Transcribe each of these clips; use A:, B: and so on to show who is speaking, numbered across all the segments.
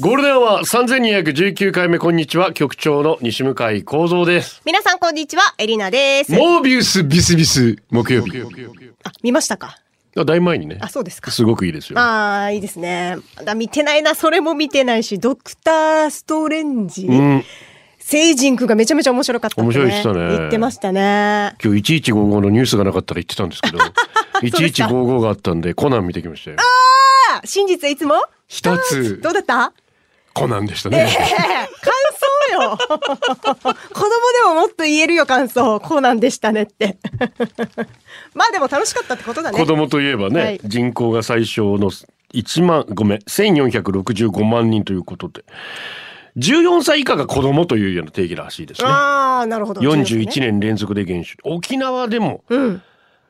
A: ゴールデンは三千二百十九回目こんにちは局長の西向井光三です。
B: 皆さんこんにちはエリナです
A: モービウスビスビス木曜日。
B: あ見ましたか
A: あ大前にね
B: あ。そうですか
A: すごくいいですよ。
B: あーいいですねまだ見てないなそれも見てないしドクターストレンジ、
A: うん。
B: 聖人君がめちゃめちゃ面白かったって、
A: 面白い人ね
B: 言ってましたね
A: 今日一一五五のニュースがなかったら言ってたん ですけど、一一五五があったんでコナン見てきましたよ。
B: あ真実はいつも
A: 一つ
B: どうだった
A: コナンでした
B: え
A: ね。
B: え感想よ 子供でももっと言えるよ感想こうなんでしたねって まあでも楽しかったってことだね
A: 子供といえばね、
B: はい
A: 人口が最小の一万ごめん千四百六十五万人ということで、十四歳以下が子供というような定義らしいですね。
B: ああなるほど
A: 41年連続で減少沖縄でも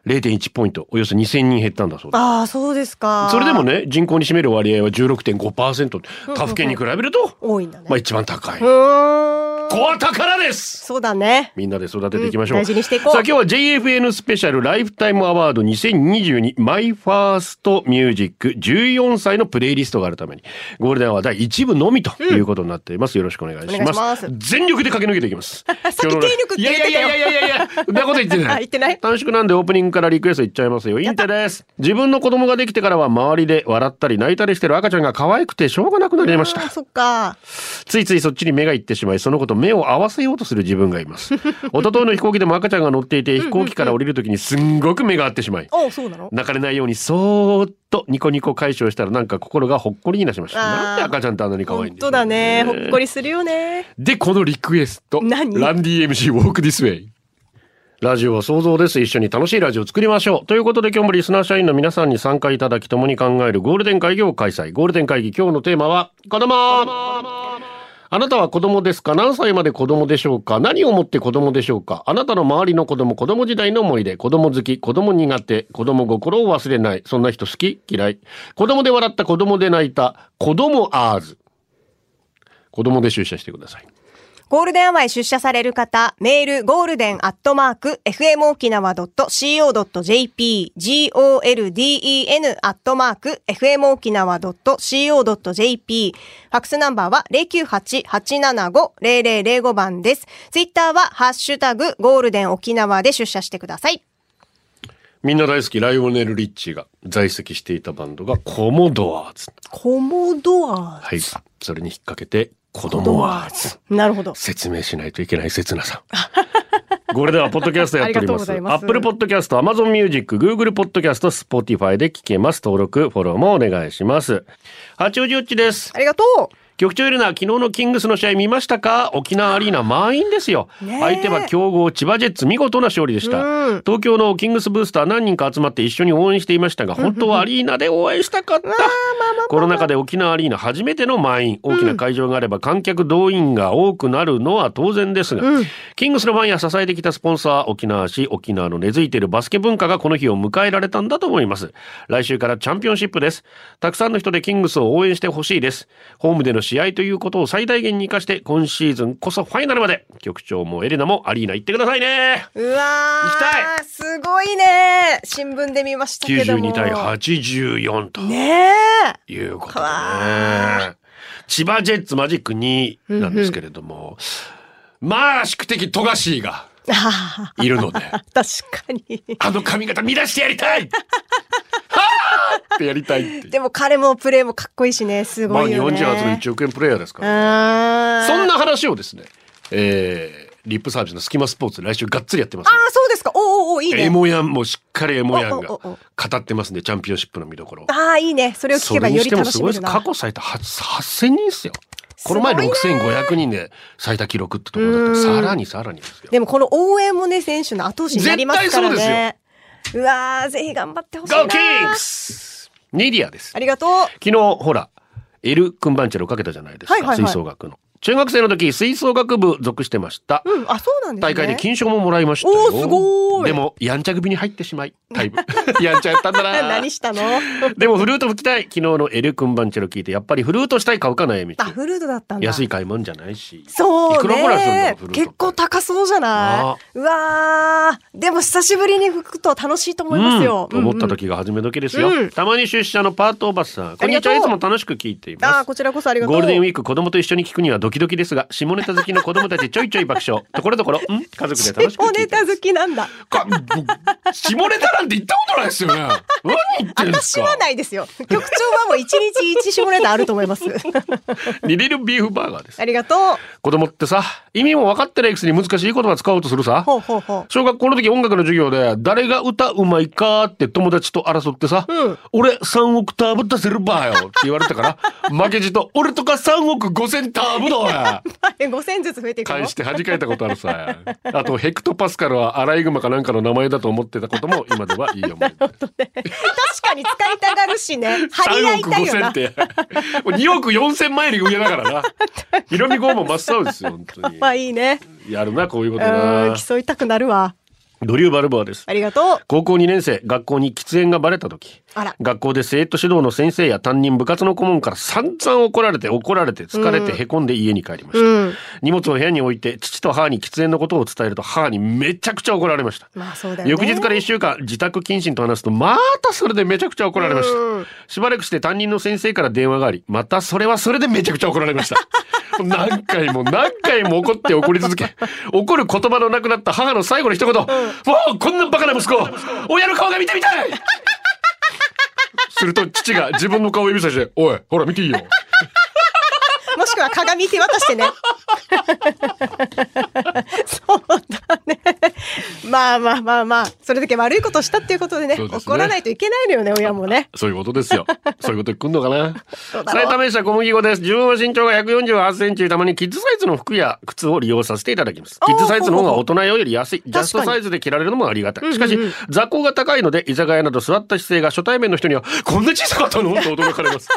A: 0.1ポイントおよそ2000人減ったんだそうです
B: ああそうですか
A: それでもね人口に占める割合は16.5%他府県に比べると、
B: 多いんだね、
A: まあ、一番高いう
B: ーん
A: 小は宝です
B: そうだね。
A: みんなで育てていきましょう、
B: うん大事にしていこう
A: さあ今日は JFN スペシャルライフタイムアワード2022マイファーストミュージック14歳のプレイリストがあるためにゴールデンは第1部のみということになっています、よろしくお願いします
B: お願いします
A: 全力で駆け抜けていきます
B: さっき体力って言ってた
A: いや
B: よ
A: いやいやいやいやそんなこと言ってない
B: あ言ってない
A: 短縮なんでオープニングからリクエストいっちゃいますよインテです自分の子供ができてからは周りで笑ったり泣いたりしてる赤ちゃんが可愛くてしょうがなくなりました
B: あーそっか。
A: ついついそっちに目が行ってしまいその子と目を合わせようとする自分がいます 一昨日の飛行機でも赤ちゃんが乗っていて飛行機から降りる時にすんごく目が合ってしまい
B: おうそうなの。
A: 泣かれないようにそーっとニコニコ解消したらなんか心がほっこりになしました
B: あー
A: なんで赤ちゃんってあんなに可愛いん
B: 本
A: でしょ
B: 当
A: うね
B: だね。ほっこりするよね。
A: でこのリクエスト
B: 何
A: ランディ MC ウォークディスウェイラジオは想像です一緒に楽しいラジオを作りましょうということで今日もリスナー社員の皆さんに参加いただき共に考えるゴールデン会議を開催ゴールデン会議今日のテーマは子供あなたは子供ですか何歳まで子供でしょうか何をもって子供でしょうかあなたの周りの子供子供時代の思い出子供好き子供苦手子供心を忘れないそんな人好き嫌い子供で笑った子供で泣いた子供アーズ子供で出社してください
B: ゴールデンアワーへ出社される方、メール、ゴールデンアットマーク、fmokinawa.co.jp、golden アットマーク、fmokinawa.co.jp、ファックスナンバーは098-875-0005番です。ツイッターは、ハッシュタグ、ゴールデン沖縄で出社してください。
A: みんな大好きライオネル・リッチーが在籍していたバンドがコモドアーズ。
B: コモドア
A: はい。それに引っ掛けて、子供アーズ。
B: なるほど。
A: 説明しないといけない切な さ。これではポッドキャストやっております。
B: ありがとうございます
A: アップルポッドキャスト、アマゾンミュージック、グーグルポッドキャスト、スポティファイで聞けます。登録、フォローもお願いします。八王子うっちです。
B: ありがとう
A: 局長エレナ、昨日のキングスの試合見ましたか沖縄アリーナ満員ですよ。
B: ねえ
A: 相手は強豪千葉ジェッツ、見事な勝利でした。
B: うん
A: 東京のキングスブースター何人か集まって一緒に応援していましたが、本当はアリーナで応援したかった。コロナ禍で沖縄アリーナ初めての満員。大きな会場があれば観客動員が多くなるのは当然ですが、キングスのファンや支えてきたスポンサー、沖縄市、沖縄の根付いているバスケ文化がこの日を迎えられたんだと思います。来週からチャンピオンシップです。たくさんの人でキングスを応援してほしいです。ホームでの試合ということを最大限に活かして、今シーズンこそファイナルまで、局長もエレナもアリーナ行ってくださいね。
B: うわー
A: 行きた
B: すごいね新聞で見ましたけども
A: 92対84と
B: ねえ
A: いうこと
B: うわ
A: ね。千葉ジェッツマジック2なんですけれども、まあ宿敵富樫が
B: あ
A: いるので、
B: ー確かに
A: あの髪型乱してやりたいはあってやりたいっていう
B: でも彼もプレーもかっこいいしねす
A: ま
B: ご
A: あ
B: い
A: 日
B: よ
A: 本
B: ね、
A: 人初の1億円プレイヤーですから。
B: あ
A: そん
B: あ
A: な話をですね、えー、リップサービスのスキマスポーツ来週がっつりやってますんで。
B: あーそうですかおうおうおういい
A: エ
B: ね
A: モヤンもしっかりエモヤンが
B: おおお
A: 語ってますんで、チャンピオンシップの見どころを。
B: ああいいねそれを聞
A: そ
B: けば
A: れに
B: よ
A: し
B: り
A: ても
B: 楽
A: す
B: し
A: ごい
B: め
A: で
B: る
A: す。
B: な
A: 過去最多8000人ですよ。この前
B: すごいね
A: 6500人で最多記録ってところだった
B: う
A: ら
B: ん
A: さらにさらにですよ。
B: でもこの応援もね選手の後押しになりますからね
A: 絶対
B: うわーぜひ頑張ってほしいな
A: Go Kings! ニディアです
B: あ。りがとう
A: 昨日ほら、エル・クンバンチェロかけたじゃないですか、
B: はいはいはい
A: 吹奏楽の。中学生の時吹奏楽部属してました、
B: うん、あ、そうなんですね。
A: 大会で金賞ももらいましたよ
B: おーすごーい
A: でもやんちゃ組に入ってしまいタ イプやんちゃやったんだな
B: 何したの
A: でもフルート吹きたい昨日のエル君バンチェロ聞いてやっぱりフルートしたい買うか悩み
B: あ、フルートだったんだ。
A: 安い買い物じゃないし
B: そうね。
A: いくらぐらいするんだろうフルートって
B: 結構高そうじゃ
A: なあ
B: ないうわー。でも久しぶりに吹くと楽しいと思いますよ。
A: うんと思った
B: うんうん
A: 時が初め時ですよ、
B: うん
A: たまに出社のパートおばさんこんにち
B: あ
A: は
B: り
A: い
B: が
A: つ
B: とう
A: も楽しく聞いてい
B: あ
A: ま
B: ー、
A: す
B: こちらこそありがとう。
A: ゴールデンウィーク子供と一緒に聞くにはドキドキですが下ネタ好きの子供たちちょいちょい爆笑ところどころん家族で楽し く
B: お
A: 聞い
B: ネ
A: てま
B: タ
A: す
B: 好きなんだ。
A: か僕下ネタなんて言ったことないですよね何言ってんです
B: 私
A: か
B: はないですよ。局長はもう一日一下ネタあると思 います。
A: ニリルビーフバーガーです
B: ありがとう。
A: 子供ってさ意味も分かってないくせに難しい言葉使おうとするさ
B: ほうほうほう。
A: 小学校の時音楽の授業で誰が歌うまいかって友達と争ってさ、
B: うん
A: 俺3オクターブ出せるばよって言われたから 負けじと俺とか3億5千ターブだよ
B: あれ五千ずつ増えていくの
A: 返して弾かれたことあるさあとヘクトパスカルはアライグマかなんかの名前だと思ってたことも今ではいい思い出
B: 確かに使いたがるし ね。張り合
A: 3
B: い
A: 億
B: たい
A: 5
B: よ
A: 千
B: な
A: っ。てもう2億4千マイル上だからなヒロミ号も真っ青ですよ本当に
B: まあいいね。
A: やるなこういうこ
B: う、
A: となん
B: 競いたくなるわ。
A: ドリュー・バルボアです
B: ありがとう。
A: 高校2年生学校に喫煙がバレた時
B: あら。
A: 学校で生徒指導の先生や担任部活の顧問から散々怒られて怒られて疲れてへこんで家に帰りました、
B: うん。
A: 荷物を部屋に置いて父と母に喫煙のことを伝えると母にめちゃくちゃ怒られました
B: まあそうだよね。
A: 翌日から1週間自宅謹慎と話すとまたそれでめちゃくちゃ怒られました
B: うん
A: しばらくして担任の先生から電話がありまたそれはそれでめちゃくちゃ怒られました何回も何回も怒って怒り続け怒る言葉のなくなった母の最後の一言、もうこんなバカな息子親の顔が見てみたいすると父が自分の顔を指さして「おいほら見ていいよ」
B: もしくは鏡手渡 してね。そうだね。まあまあまあまあ、それだけ悪いことしたっていうことでね、
A: そうですね
B: 怒らないといけないのよね、親もね。
A: そういうことです よ。そういうこと来んのかな。
B: そうだろう
A: 埼玉名車小麦粉です。自分は身長が148センチ、たまにキッズサイズの服や靴を利用させていただきます。
B: あー
A: キッズサイズの方が大人用より安い。ジ
B: か
A: ャ
B: に
A: ストサイズで着られるのもありがたい。しかし
B: うんうんうん、
A: 座高が高いので、居酒屋など座った姿勢が初対面の人には、こんな小さかったのと驚かれ ます。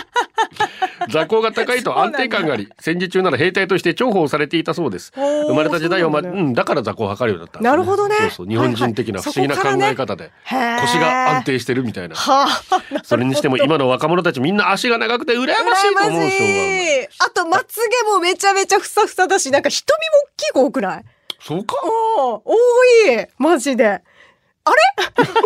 A: 座高が高いと安定感があり、戦時中なら兵隊として重宝されていたそうです。
B: おー
A: 生まれた時代は、ま、
B: そううなんだ
A: ん、だから座高を測るようになったんですね。
B: なるほどね
A: そうそう、日本人的な
B: はい
A: 不
B: はい
A: 思議な
B: そ
A: 考
B: こからね
A: え方で、
B: へー
A: 腰が安定してるみたいな。
B: はあ、なるほど
A: それにしても今の若者たちみんな足が長くて羨ましいと思う
B: 羨まし
A: し
B: い。あと、まつげもめちゃめちゃふさふさだし、なんか瞳も大きい子多くない
A: そうか
B: おー多いマジで。あ れ私の周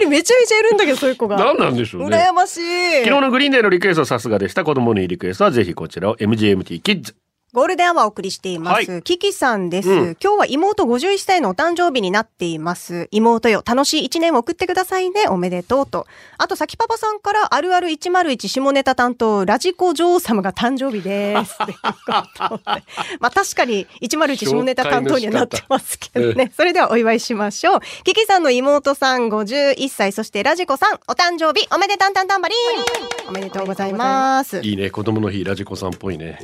B: りめちゃめちゃいるんだけど、そういう子が。
A: 何なんでしょうね
B: 羨ましい。
A: 昨日のグリーンデーのリクエストさすがでした子供のいいリクエストはぜひこちらを MGMT キッズ
B: ゴールデンアワーお送りしています。
A: は
B: キキさんです、
A: うん
B: 今日は妹51歳のお誕生日になっています。妹よ、楽しい一年を送ってくださいね。おめでとうと。あと、さきパパさんからあるある101下ネタ担当、ラジコ女王様が誕生日です。っていうことでまあ確かに101下ネタ担当にはなってますけどね。それではお祝いしましょう。キキさんの妹さん51歳、そしてラジコさん、お誕生日おめでたんたんたんばりんおめでとうございます。
A: いいね子供の日ラジコさんっぽいね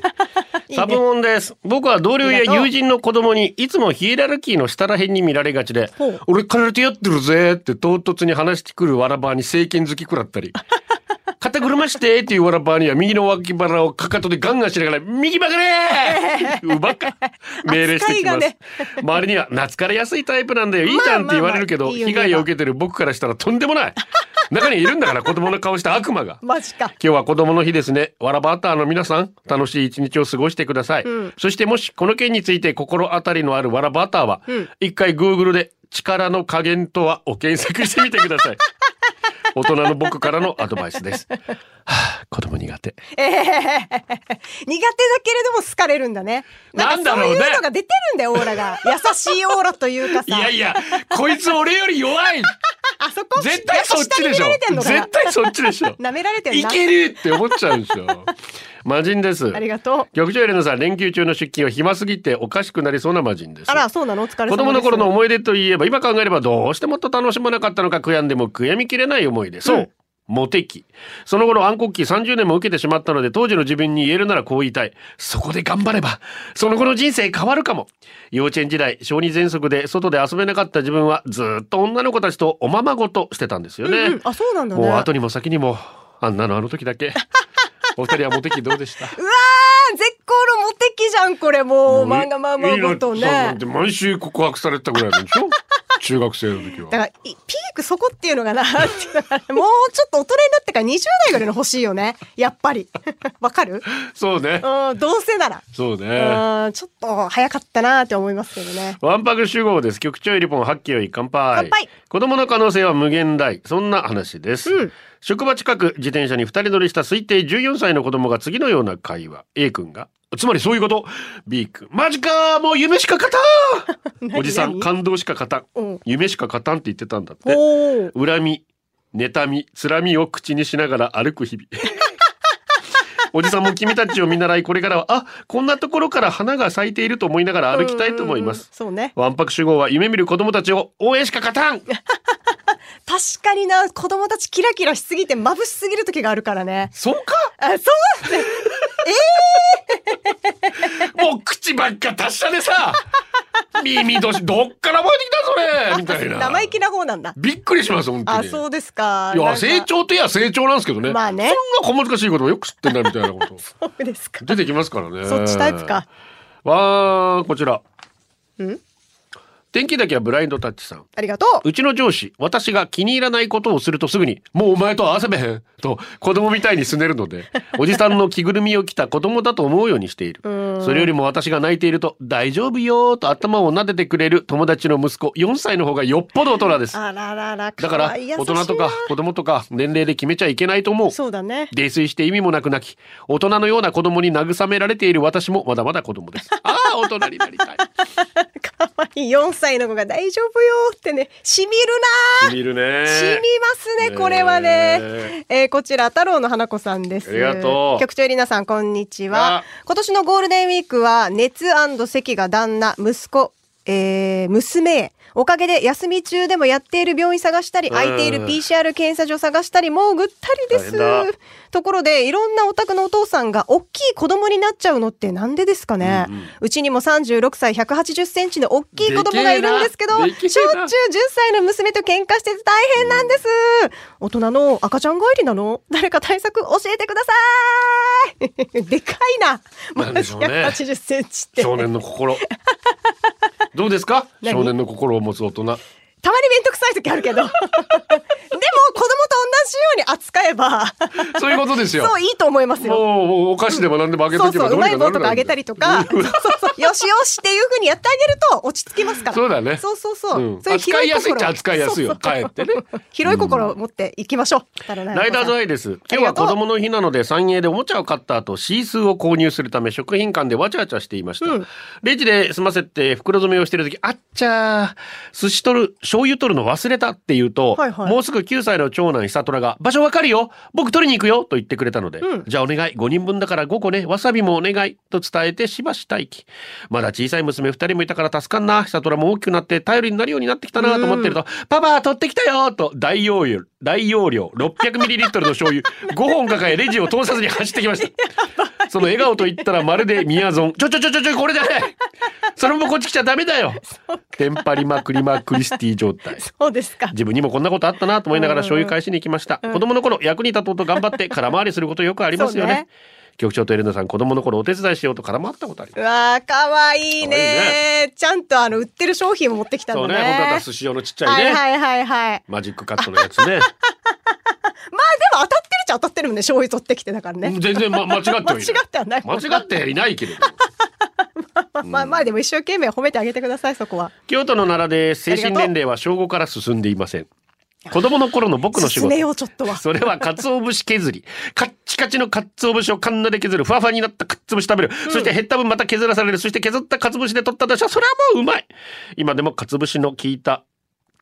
B: いいね
A: サブオンです僕は同僚
B: あ
A: や
B: りがとう
A: 友人の子供にいつもヒエラルキーの下らへんに見られがちで
B: ほう
A: 「俺空手やってるぜ」って唐突に話してくるわらばに聖剣好き食らったり 肩車してっていうわらばには右の脇腹をかかとでガンガンしながら「右曲がれ!」うばっ か命令してきます、
B: 扱いがね
A: 周りには「懐かれやすいタイプなんだよいいじゃん」って言われるけど、
B: まあまあまあいいよ
A: 被害を受けてる僕からしたらとんでもない中にいるんだから子供の顔した悪魔が。
B: マジか。
A: 今日は子供の日ですね。わらばアターの皆さん、楽しい一日を過ごしてください。
B: ん
A: そしてもしこの件について心当たりのあるわらばアターは、
B: うん
A: 一回 Google で力の加減とはを検索してみてくだ さい。大人の僕からのアドバイスです。はあ、子供苦手。
B: ええ 苦手だけれども好かれるんだね。
A: なんだろうね
B: かそういうのが出てるんだよ、オーラ が。優しいオーラというかさ。
A: いやいや、こいつ俺より弱 い
B: あそこ、
A: 絶対そっちでしょ
B: やっぱ下に見られてんのかな
A: 絶対そっちでしょ
B: 舐められてん
A: い
B: な。
A: けるって思っちゃうで しょ。魔人です
B: あ。りがとう。
A: 局長エレナさん、連休中の出勤は暇すぎておかしくなりそうな魔人です。
B: あら、そうなのお疲れ様です。
A: 子供の頃の思い出といえば今考えればどうしてもっと楽しまなかったのか悔やんでも悔やみきれない思いでそう、
B: うん
A: モテ期その頃暗黒期30年も受けてしまったので当時の自分に言えるならこう言いたいそこで頑張ればその後の人生変わるかも幼稚園時代小児喘息で外で遊べなかった自分はずっと女の子たちとおままごとしてたんですよね、
B: うんうんあ、そうなんだね。
A: もう後にも先にもあんなのあの時だけお二人はモテ期どうでした
B: うわー絶好ロモテ期じゃんこれもう
A: もうい
B: 漫画まんまごとね
A: いいな
B: だ
A: って毎週告白されてたぐらいなんでしょ中学生の時は。
B: からいピークそこっていうのがなっていうのがねもうちょっと大人になってから20代ぐらいの欲しいよねやっぱり わかる
A: そうね。
B: うんどうせなら
A: そうね。
B: うんちょっと早かったなって思いますけどね
A: ワンパク集合です。局長リポン、ハッキよい乾杯。
B: 乾杯
A: 子供の可能性は無限大。そんな話です。職場近く、自転車に二人乗りした推定14歳の子供が次のような会話。A 君が、つまりそういうこと。B 君、マジかもう夢しか勝たん
B: 何
A: おじさん、
B: 何
A: 感動しか勝たん。
B: うん
A: 夢しか勝たんって言ってたんだって。
B: おー
A: 恨み妬みつらみを口にしながら歩く日々 おじさんも君たちを見習いこれからはあこんなところから花が咲いていると思いながら歩きたいと思います
B: うんうんうんそうね
A: わんぱく集合は夢見る子供たちを応援しか勝たん
B: 確かにな子供たちキラキラしすぎて眩しすぎる時があるからね
A: そうか
B: あそうね
A: もう口ばっか達者で さ耳どしどっから覚えてきたそれ みたいな
B: 生意気な方なんだ
A: びっくりします本当
B: あ
A: に
B: そうですか
A: い
B: な
A: や
B: んか
A: 成長といや成長なんですけどね,、
B: まあね
A: そんな小難しいこともよく知ってんだみたいなこと
B: そうですか
A: 出てきますからね。
B: そっちタイプか。
A: わあ、こちら。
B: ん
A: 天気だけはブラインドタッチさん。
B: ありがとう
A: うちの上司、私が気に入らないことをするとすぐに、もうお前とは合わせべへんと子供みたいにすねるの で、おじさんの着ぐるみを着た子供だと思うようにしている。それよりも私が泣いていると、大丈夫よーと頭を撫でてくれる友達の息子、4歳の方がよっぽど大人です。
B: あららら
A: だから、
B: 可愛い優しい
A: 大
B: な
A: 人とか子供とか年齢で決めちゃいけないと思う。
B: そうだね
A: 泥酔して意味もなく泣き大人のような子供に慰められている私もまだまだ子供 ですああ大人になりたい
B: 可愛い4歳の子が大丈夫よってねしみるな
A: 見るね
B: しみますねこれはね
A: ね
B: えーこちら太郎の花子さんです
A: ありがとう
B: 局長りなさんこんにちは
A: あ
B: 今年のゴールデンウィークは熱咳が旦那息子えー娘へおかげで休み中でもやっている病院探したり
A: うん
B: 空いている PCR 検査所探したりもうぐったりで
A: 大変
B: すところでいろんなお宅のお父さんが大きい子供になっちゃうのってなんでですかね、うちにも36歳180センチの大きい子供がいるんですけどしょっ
A: でけえなで
B: ち
A: け
B: ゅ
A: え
B: う
A: な
B: 10歳の娘と喧嘩してて大変なんです、大人の赤ちゃん帰りなの誰か対策教えてください でかいな
A: なんでしょうね
B: 180センチってた
A: 少
B: まに
A: 年の心どうですか
B: 何
A: 少年の心を持つ大人
B: 面倒くさい時 あるけどでも子供と同じように扱えば
A: そういうことですよ
B: そういいと思いますよ
A: もうもうお菓子でも何でもあげ
B: そ
A: と
B: う
A: け
B: そ
A: ば
B: う、
A: ど
B: う
A: うにか
B: ま
A: な
B: い棒
A: る
B: と
A: んだ
B: かあげたりとか、そうそう、よしよしっていうふうにやってあげると落ち着きますから。
A: そうだね
B: そうそうそう。
A: うん
B: そうう広
A: 扱いやすいっちゃ扱いやすいよ
B: そうそう
A: かえってね
B: 広い心を持っていきましょう。
A: ライダーズアイです。今日は子供の日なので、三栄でおもちゃを買った後、シースーを購入するため、食品館でわちゃわちゃしていました。
B: うん
A: レジで済ませて、袋詰めをしてる時、あっちゃー、寿司取る、醤油取るの忘れたって言うと、
B: はいはい
A: もうすぐ9歳の長男久虎が、場所わかるよ僕取りに行くよと言ってくれたので、
B: うん
A: じゃあお願い、5人分だから5個ね、わさびもお願いと伝えてしばし待機。まだ小さい娘2人もいたから助かんな、久虎も大きくなって頼りになるようになってきたなと思ってると、パパ取ってきたよと大容量、大容量 600ml の醤 油5本抱えレジを通さずに走ってきました。その笑顔と言ったらまるでミヤゾン。ちょちょちょちょちょ、これじゃないそれもこっち来ちゃダメだよテンパりまくりまクリスティ状態。
B: そうですか。
A: 自分にもこんなことあったなと思いながら醤油返しに行きました、
B: ん
A: 子供の頃役に立とうと頑張って空回りすることよくありますよね
B: そうね
A: 局長とエレナさん子供の頃お手伝いしようと空回ったことあり
B: う
A: ます
B: わー、かわい
A: 可愛
B: いねちゃんとあの、売ってる商品も持ってきたん
A: そ
B: だ
A: う
B: ね。
A: ね本当は寿司用のちっちゃい
B: は
A: ね、
B: いはいはいはい。
A: マジックカットのやつね
B: まあでも当たってるっちゃ当たってるもんね、醤油取ってきてだからね。
A: 全然、 ま、間違ってはいない
B: 間違ってはない
A: 間違ってはいないけれど も
B: まあまあまあでも一生懸命褒めてあげてください、そこは。
A: 京都の奈良で精神年齢は小5から進んでいません子供の頃の僕の仕
B: 進
A: 事
B: めよう、ちょっとは。
A: それは鰹節削り。カッチカチの鰹節をカンナで削る。ふわふわになった鰹節食べる。そして減った分また削らされる。そして削った鰹節で取った出汁はそれはもううまい。今でも鰹節の効いた。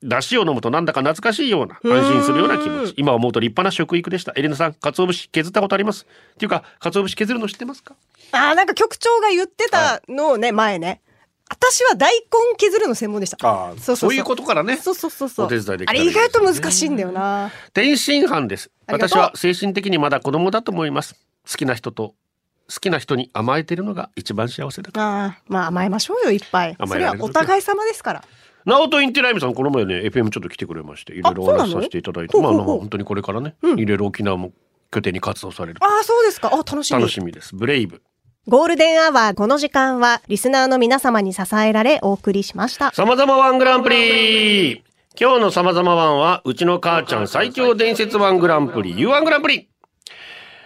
A: 出汁を飲むとなんだか懐かしいような
B: ーん
A: 安心するような気持ち今思うと立派な食育でしたエレナさん鰹節削ったことありますっていうか鰹節削るの知ってますか
B: あーなんか局長が言ってたのをね、前ね。私は大根削るの専門でした。
A: あ
B: そうそうそう
A: そういうことからね
B: そうそうそうそう。
A: お手伝いできた
B: あ
A: らいい
B: れ
A: で
B: 意
A: すね
B: 外と難しいんだよな。
A: 天津飯です
B: ありが
A: 私
B: とう
A: は精神的にまだ子供だと思います好きな人と好きな人に甘えてるのが一番幸せだから
B: あーまあ甘えましょうよいっぱい。
A: 甘
B: そ
A: え
B: れ
A: ら
B: は
A: れる
B: お互い様ですから。
A: ナオトインティライミさんこの前ね FM ちょっと来てくれましていろいろお
B: そうなの
A: 話しさせていただいて
B: ほう
A: ま
B: ほ
A: あ
B: うほう
A: まあ本当にこれからね、
B: うん
A: いろいろ沖縄も拠点に活動される
B: ああそうですか。あ楽しみ。
A: 楽しみですブレイブ
B: ゴールデンアワーこの時間は、リスナーの皆様に支えられお送りしました。
A: さまざまワングランプリ今日のさまざまワンは、うちの母ちゃん最強伝説ワングランプリ、U ワングランプリ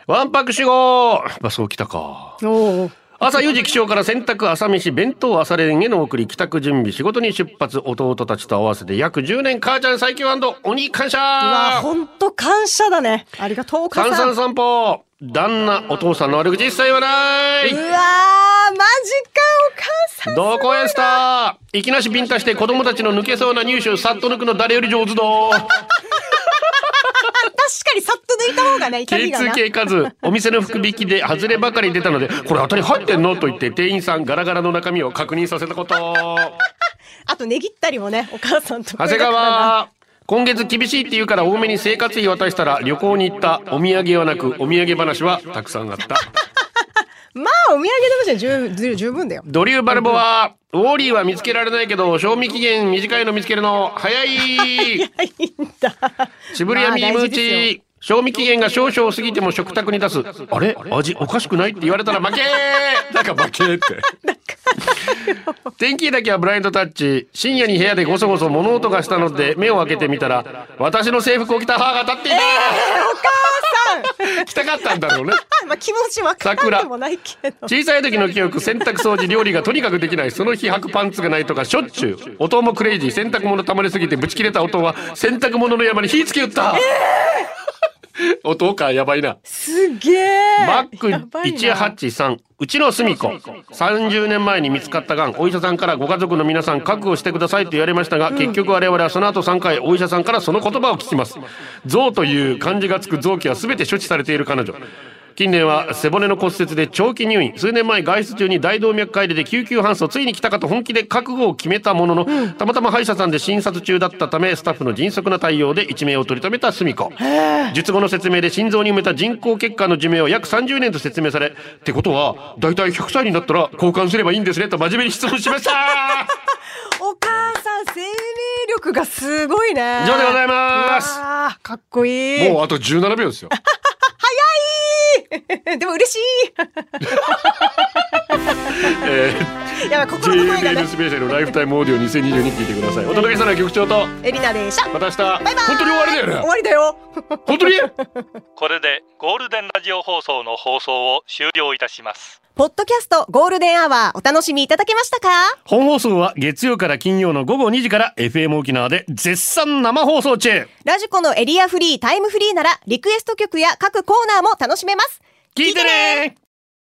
A: ワンパック集合やっぱそうきたか。
B: おお。
A: 朝4時起床から洗濯、朝飯、弁当、朝練への送り、帰宅準備、仕事に出発、弟たちと合わせて約10年、母ちゃん最強鬼感
B: うわ、
A: 謝
B: ほんと感謝だね。ありがとう、お母
A: 三
B: さん。
A: 三散歩旦那、お父さんの悪口一切はな
B: うわー、
A: い
B: マジか、お母さん。
A: どこへスターいきなしビンタして子供たちの抜けそうな入手をさっと抜くの誰より上手だ
B: 確かにさっと抜いた方がね、痛みがな。
A: K2K 数お店の福引きで外ればかり出たのでこれ当たり入ってんのと言って店員さんガラガラの中身を確認させたこと
B: あと、ねぎったりもね、お母さんと。
A: 長谷。川今月厳しいって言うから多めに生活費渡したら旅行に行ったお土産はなくお土産話はたくさんあった
B: まあ、お土産でも十十十分 だよ。
A: ドリュー・バルボはウォーリーは見つけられないけど賞味期限短いの見つけるの早い
B: はい、いいんだ。
A: チブリアミーム
B: まあ
A: ー
B: 大事ですよ
A: チ賞味期限が少々過ぎても食卓に出すあれ味おかしくないって言われたら負け なんか負けって天気だけはブラインドタッチ深夜に部屋でごそごそ物音がしたので目を開けてみたら私の制服を着た母が立っていた、
B: お母さ ん
A: 着たかったんだろうね
B: まあ気持ちわからなくもないけど。
A: 小さい時の記憶洗濯掃除料理がとにかくできないその日履くパンツがないとかしょっちゅう音もクレイジー洗濯物溜まりすぎてブチ切れた音は洗濯物の山に火つけ打った、 音かやばいな
B: すげえ。
A: マック
B: やばいな
A: 183うちのすみ子30年前に見つかったがんお医者さんからご家族の皆さん覚悟してくださいと言われましたが、結局我々はその後3回お医者さんからその言葉を聞きます臓という漢字がつく臓器は全て処置されている彼女近年は背骨の骨折で長期入院数年前外出中に大動脈解離で救急搬送ついに来たかと本気で覚悟を決めたものの、たまたま歯医者さんで診察中だったためスタッフの迅速な対応で一命を取り留めたすみ子術後の説明で心臓に埋めた人工血管の寿命は約30年と説明されってことは大体100歳になったら交換すればいいんですねと真面目に質問しま した
B: お母さん生命力がすごいね。
A: 以上でございます
B: うわあ。かっこいい。
A: もうあと17秒です よ
B: 早い。 でも嬉し
A: え
B: い。やばい
A: ー、
B: 心の声が
A: JFN
B: ね。
A: スペシャルライフタイムオーディオ2022聞いてくださいお届けしたのは局長と
B: エリナでした。
A: また明日
B: バイバイ。
A: 本当に終わりだよね
B: 終わりだよ。
A: 本当に
C: これでゴールデンラジオ放送の放送を終了いたします
B: ポッドキャストゴールデンアワーお楽しみいただけましたか
A: 本放送は月曜から金曜の午後2時から FM 沖縄で絶賛生放送中
B: ラジコのエリアフリータイムフリーならリクエスト曲や各コーナーも楽しめます。
A: 聞いてね